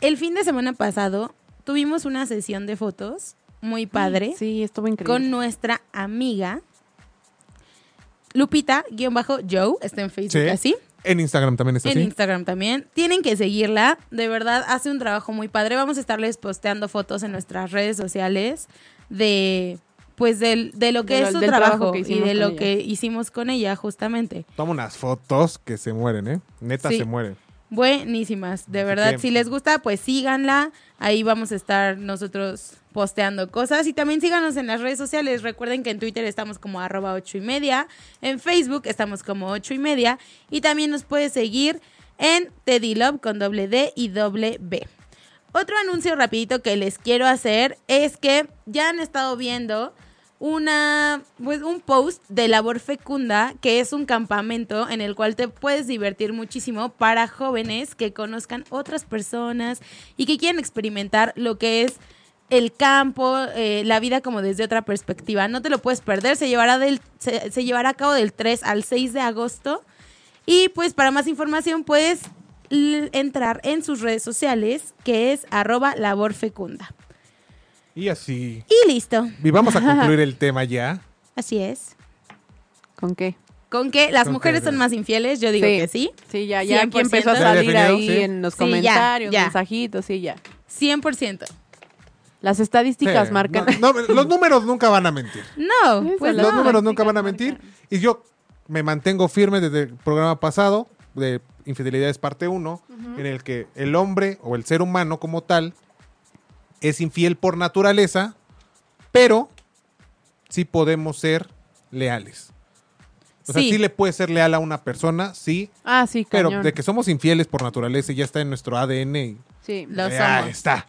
el fin de semana pasado tuvimos una sesión de fotos muy padre
Sí, estuvo increíble.
con nuestra amiga Lupita-Joe, está en Facebook
Sí.
así.
En Instagram también está
En
así.
Instagram también. Tienen que seguirla. De verdad, hace un trabajo muy padre. Vamos a estarles posteando fotos en nuestras redes sociales de pues del, de lo que
De lo-
es su
del
trabajo,
trabajo que
y
hicimos
de
con
lo
ella.
que hicimos con ella, justamente.
Toma unas fotos que se mueren, ¿eh? Neta
Sí.
se mueren.
Buenísimas, de
Así
verdad.
que-
Si les gusta, pues síganla. Ahí vamos a estar nosotros posteando cosas. Y también síganos en las redes sociales. Recuerden que en Twitter estamos como arroba ocho y media. En Facebook estamos como ocho y media. Y también nos puedes seguir en Teddy Love con doble D y doble B. Otro anuncio rapidito que les quiero hacer es que ya han estado viendo una, pues, un post de Labor Fecunda, que es un campamento en el cual te puedes divertir muchísimo para jóvenes que conozcan otras personas y que quieren experimentar lo que es el campo, eh, la vida como desde otra perspectiva. No te lo puedes perder, se llevará, del, se, se llevará a cabo del 3 al 6 de agosto. Y pues para más información puedes l- entrar en sus redes sociales, que es arroba laborfecunda.
Y así.
Y listo,
Y vamos a concluir el tema ya.
así es.
¿Con qué?
Con que las
Con que-
mujeres son más infieles, yo digo que sí.
Sí, ya, ya aquí
100%.
empezó a
¿Ya
salir
definido?
ahí
Sí.
en los
Sí, ya,
comentarios,
ya.
mensajitos, sí, ya.
100%.
Las estadísticas
Sí,
marcan.
Eh, no- no, los números nunca van a mentir.
No,
Esa
pues
es la
los
no.
números nunca van a
marca.
mentir. Y yo me mantengo firme desde el programa pasado de Infidelidades Parte 1, en el que el hombre o el ser humano como tal es infiel por naturaleza, pero sí podemos ser leales. O sea,
Sí.
sí le puede ser leal a una persona, sí,
Ah, sí,
pero
cañón.
de que somos infieles por naturaleza y ya está en nuestro ADN. y-
Sí.
Lo
ya
somos.
está.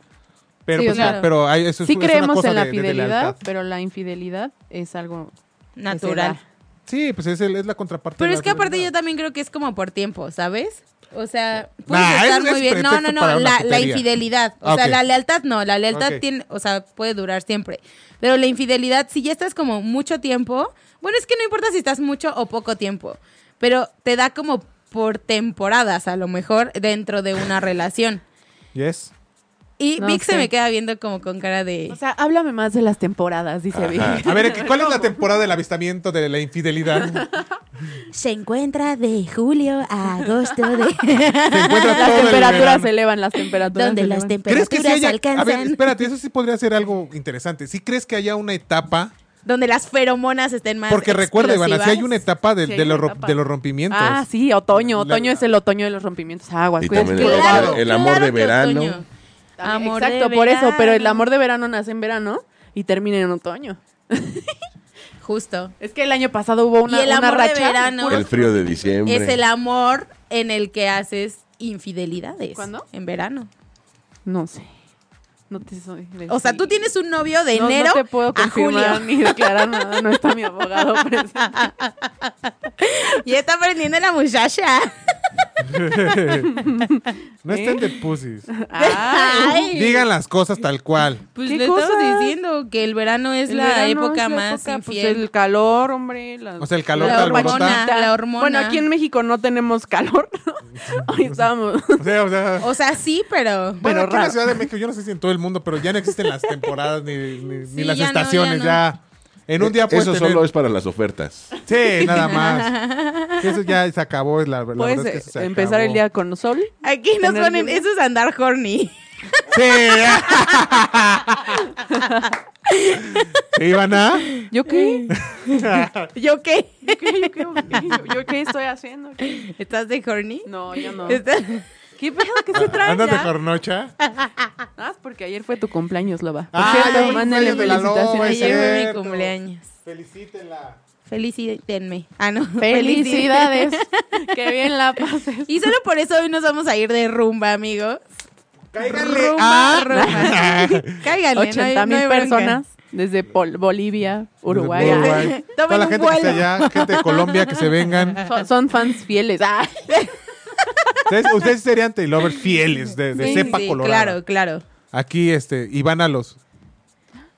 Pero,
Sí,
pues,
o sea,
pero hay- eso es,
Sí
es una
creemos
cosa
en la
de- de- de
fidelidad,
lealtad.
pero la infidelidad es algo que se
Natural.
da.
sí, pues es, el- es la contraparte.
Pero
de
es
la
que aparte
fidelidad.
yo también creo que es como por tiempo, ¿sabes? O sea, puedes
Nah,
estar
es- es
muy bien. No,
pretexto
no, no,
para una
la, la
putería.
infidelidad. O
Ah,
sea,
ok.
la lealtad no, la lealtad
Ok.
tiene, o sea, puede durar siempre. Pero la infidelidad, si ya estás como mucho tiempo, bueno, es que no importa si estás mucho o poco tiempo, pero te da como por temporadas a lo mejor dentro de una relación.
Yes.
Y
No
Vic se
sé.
me queda viendo como con cara de...
O sea, háblame más de las temporadas, dice Vic.
A ver, ¿cuál es la temporada del avistamiento de la infidelidad?
Se encuentra de julio a agosto de...
Se encuentra
Las
todo el
temperaturas
verano.
se elevan, las temperaturas.
donde
se
las
elevan.
¿Crees que si
temperaturas
haya- A
alcanzan...
ver, espérate, eso sí podría ser algo interesante. ¿Sí crees que haya una etapa?
donde las feromonas estén más
Porque recuerda, Ivana, si hay una etapa de,
Sí,
de
hay
los
una
ro-
etapa.
de los rompimientos.
Ah, sí, otoño.
La-
Otoño es el otoño de los rompimientos. Aguas,
Y
cuídense.
también el-
Claro.
el amor de
que
verano.
otoño.
También,
Amor
Exacto,
de
por eso, pero el
verano.
amor de verano nace en verano y termina en otoño.
Justo.
Es que el año pasado hubo una,
Y el
una
amor de
racha.
verano.
puros-
El frío de diciembre.
Es el amor en el que haces infidelidades.
¿Cuándo?
En verano.
No sé. No te soy. de-
O sea, tú tienes un novio de
No,
enero
no te puedo
a
confirmar
julio.
ni declarar nada, no está mi abogado presente.
Y está aprendiendo la muchacha.
No estén de pussies.
Ay,
Ay.
Digan las cosas tal cual.
Pues
¿Qué
le
cosas?
estamos diciendo que el verano es
el
la
verano
época
es la
más
época, pues,
infiel.
el calor, hombre. la-
O sea, el calor
La
tal
hormona.
alborota.
la hormona.
Bueno, aquí en México no tenemos calor. Hoy estamos.
O sea, o sea,
O sea, sí, pero...
bueno, aquí en la
raro.
Ciudad de México, yo no sé si en todo el mundo, pero ya no existen las temporadas ni, ni- ni
Sí,
las
ya no, ya
estaciones.
no.
ya, En un día puedes
Eh, Eso
tener-
solo es para las ofertas.
Sí, nada más. Sí, Eso ya se acabó. La, la
Puedes
verdad es que eso se
eh, empezar
acabó.
el día con sol.
Aquí nos
Tener
ponen...
lluvia.
Eso es andar horny.
Sí. ¿Sí, Ivana?
¿Yo qué?
¿Yo qué?
¿Yo qué? ¿Yo qué? ¿Yo- ¿Yo qué estoy haciendo? ¿Qué?
¿Estás de horny?
No, yo no.
¿Estás-
¿Qué pedo que se trae
¿Andas de
ya?
cornocha?
Ah, es porque ayer fue tu cumpleaños, Loba. Por
Ah, ya fue
cierto,
el
mándenle
cumpleaños de la Loba,
felicitaciones.
es
Ayer fue mi
cierto.
cumpleaños.
Felicítela.
Felicítenme. Ah, no.
Felicidades. que bien la pases.
Y solo por eso hoy nos vamos a ir de rumba, amigos.
Cáiganle
Rumba,
a...
rumba. Cáiganle.
80 mil personas desde Pol- Bolivia, Uruguay.
Uruguay. Toda
Tomen
la
un
gente que está
vuelo.
allá, gente de Colombia que se vengan.
Son, son fans fieles. Ah,
Ustedes, ustedes serían Taylor fieles de, de cepa colorada.
Claro, claro.
Aquí, este, Ivana los...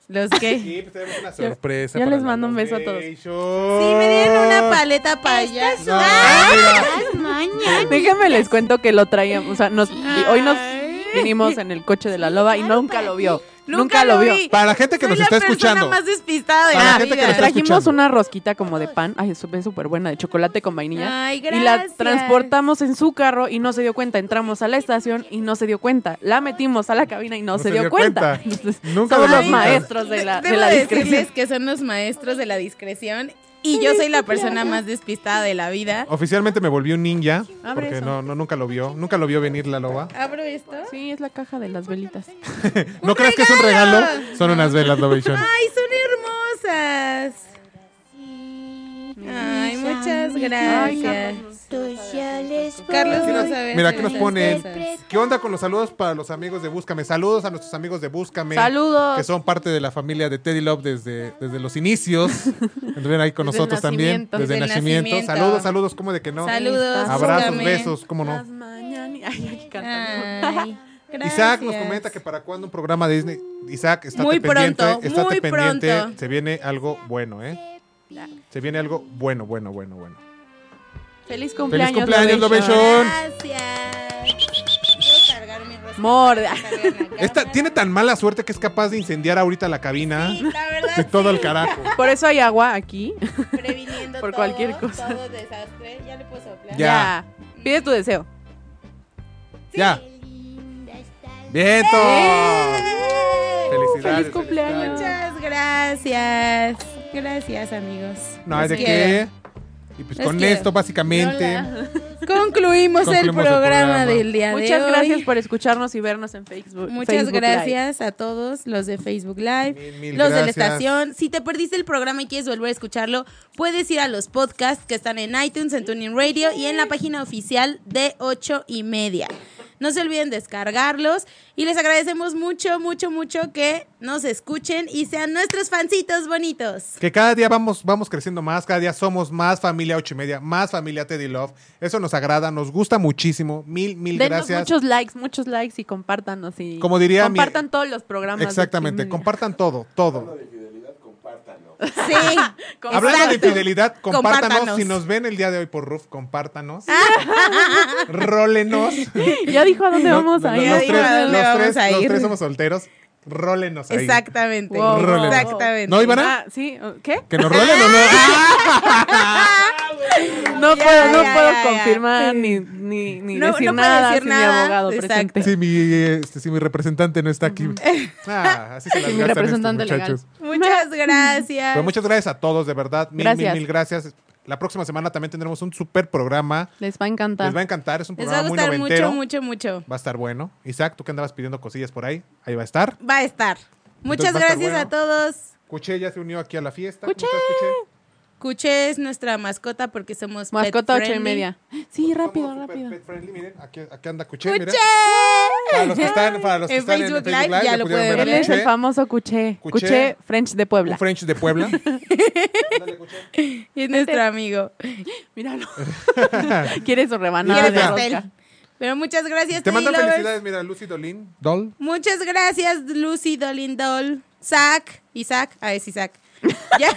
Los que.
pues tenemos una sorpresa.
yo para les la mando un beso a todos.
Sí, me dieron una paleta para allá. Ah,
Déjenme les cuento que lo traíamos. O sea, nos, hoy nos vinimos en el coche de la loba y nunca lo vio. Nunca, lo vio.
Para la gente que
Soy
nos está
La
escuchando.
persona más despistada de
Para
la,
la gente que
vida.
nos está
Trajimos
escuchando.
una rosquita como de pan. Ay, es súper- súper buena, de chocolate con vainilla.
Ay,
Y la
gracias.
transportamos en su carro y no se dio cuenta. Entramos a la estación y no se dio cuenta. La metimos a la cabina y no, se, dio, cuenta.
Nunca
Somos
lo
los
vio.
maestros de la, de
Debo
la
decirles
discreción.
que son los maestros de la discreción. y yo soy la persona más despistada de la vida.
Oficialmente me volví un ninja.
Abre
Porque
eso.
no, no, nunca lo vio. Nunca lo vio venir la loba.
¿Abro esto?
Sí, es la caja de las velitas.
¿No crees que es un
regalo!
regalo? Son unas velas, Lovation.
¡Ay, son hermosas! Ay, muchas
pues,
gracias. Carlos no sabe.
Mira, aquí nos
muchas
ponen.
cosas.
¿Qué onda con los saludos para los amigos de Búscame? Saludos a nuestros amigos de Búscame.
Saludos.
Que son parte de la familia de Teddy Love desde, desde los inicios. Estuvieron ahí con
Desde
nosotros
el
también.
nacimiento.
Desde, el
Desde el
nacimiento.
nacimiento.
Saludos, saludos, ¿cómo de que no?
Saludos.
Abrazos,
búscame.
besos, ¿cómo no?
Las mañani- Ay, aquí cantando.
Ay, gracias.
Isaac nos comenta que para cuando un programa de Disney. Isaac, estate
Muy
pendiente.
pronto,
estate
muy
pendiente.
pronto.
Se viene algo bueno, ¿eh? Se viene algo bueno, bueno, bueno, bueno.
Feliz cumpleaños.
Feliz cumpleaños, Lovation.
Gracias. Puedo cargar mi rosca.
Morda.
Cargar la
Esta
cámara.
tiene tan mala suerte que es capaz de incendiar ahorita la cabina.
Sí, la verdad,
De todo el
sí.
carajo.
Por eso hay agua aquí.
Previniendo
Por
todo,
cualquier cosa.
Todo desastre. Ya le puedo soplar.
Ya.
Ya. Pide tu deseo.
Ya. ¡Viento! Oh. Felicidades.
Feliz cumpleaños.
Muchas gracias. Gracias, amigos.
No hay de
Los
qué. Y pues
Los
con
quiero.
esto, básicamente.
Concluimos,
Concluimos el
el programa,
programa.
del día de
Muchas
hoy.
gracias por escucharnos y vernos en Facebook.
Muchas
Facebook Live.
gracias a todos los de Facebook Live,
Mil, mil
los de la
gracias.
estación. Si te perdiste el programa y quieres volver a escucharlo, puedes ir a los podcasts que están en iTunes, en Tuning Radio y en la página oficial de 8 y media. No se olviden descargarlos y les agradecemos mucho, mucho, mucho que nos escuchen y sean nuestros fancitos bonitos.
Que cada día vamos, vamos creciendo más, cada día somos más familia ocho y media, más familia Teddy Love. Eso nos agrada, nos gusta muchísimo. Mil, mil
Denos
gracias.
muchos likes, muchos likes y compártanos. Y
Como diría mi-
Compartan todos los programas. de
Exactamente,
Chisme.
compartan todo, todo.
Sí.
Hablando de
Exacto.
fidelidad, compártanos.
Compártanos.
Si nos ven el día de hoy por Roof, compártanos. Rólenos.
Ya dijo a dónde
No,
vamos
no,
a
no,
ir.
Los
dijo a
tres,
dónde
los
vamos
tres-
a
los
ir.
tres somos solteros. Rólenos ahí.
Exactamente.
Wow, wow, wow.
Exactamente.
¿No, Ivana?
Ah, sí, ¿qué?
Que nos rolen o no.
Ah. No
Ya,
puedo, no
ya,
puedo
ya, ya.
confirmar ni, ni, ni
No,
decir
no puede
nada
decir
sin mi
nada.
abogado
Exacto.
presente.
Si mi, este, si mi representante no está aquí. Ah, así se las
Si mi
gastan estos
representante legal.
muchachos.
Muchas gracias.
Pero muchas gracias a todos, de verdad. Mil,
Gracias.
mil, mil gracias. La próxima semana también tendremos un super programa.
Les va a encantar.
Les va a encantar, es un
Les va a
programa
gustar
muy noventero.
mucho, mucho, mucho.
Va a estar bueno. Isaac, tú que andabas pidiendo cosillas por ahí, ahí va a estar.
Va a estar. Muchas
va a estar
gracias
bueno.
a todos.
Cuché ya se unió aquí a la fiesta.
Cuché.
¿Cómo estás, Cuché?
Cuché es nuestra mascota porque somos pet
Mascota ocho y
friendly.
media. Sí, rápido,
Somos super
rápido.
pet friendly, miren, aquí, aquí anda Cuché,
¡Cuché!
mira. Para los que están, para los que
En
están
Facebook Live ya lo
pudieron
pueden
ver a
Él es
Cuché,
el famoso Cuché.
Cuché.
Cuché French de Puebla.
Un French de Puebla. Ándale, Cuché.
Y es nuestro amigo.
Míralo. Quiere su rebanada
Quiere
de
pastel.
rosca.
Pero muchas gracias,
Te
Teddy
mandan
Lovers.
felicidades, mira, Lucy Dolin. Dol.
Muchas gracias, Lucy Dolindol. Zach, Isaac, ah, es Isaac. Ya,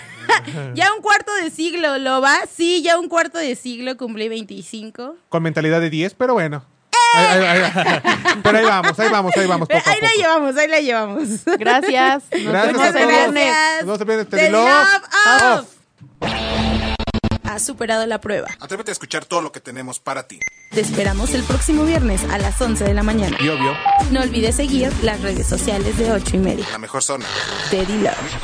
ya un cuarto de siglo, Loba. Sí, ya un cuarto de siglo, cumplí 25.
Con mentalidad de 10, pero bueno. Ahí- ahí- ahí- pero ahí vamos, ahí vamos, ahí vamos. Poco a
ahí la
poco.
llevamos, ahí la llevamos.
Gracias. Nos
Gracias
vemos
a
el
todos.
viernes.
Nos vemos el viernes.
The
Teddy Love
Love
Off.
Off. Ha superado la prueba.
Atrévete a escuchar todo lo que tenemos para ti.
Te esperamos el próximo viernes a las 11 de la mañana.
Y obvio.
No olvides seguir las redes sociales de 8 y media.
La mejor zona.
Teddy Love.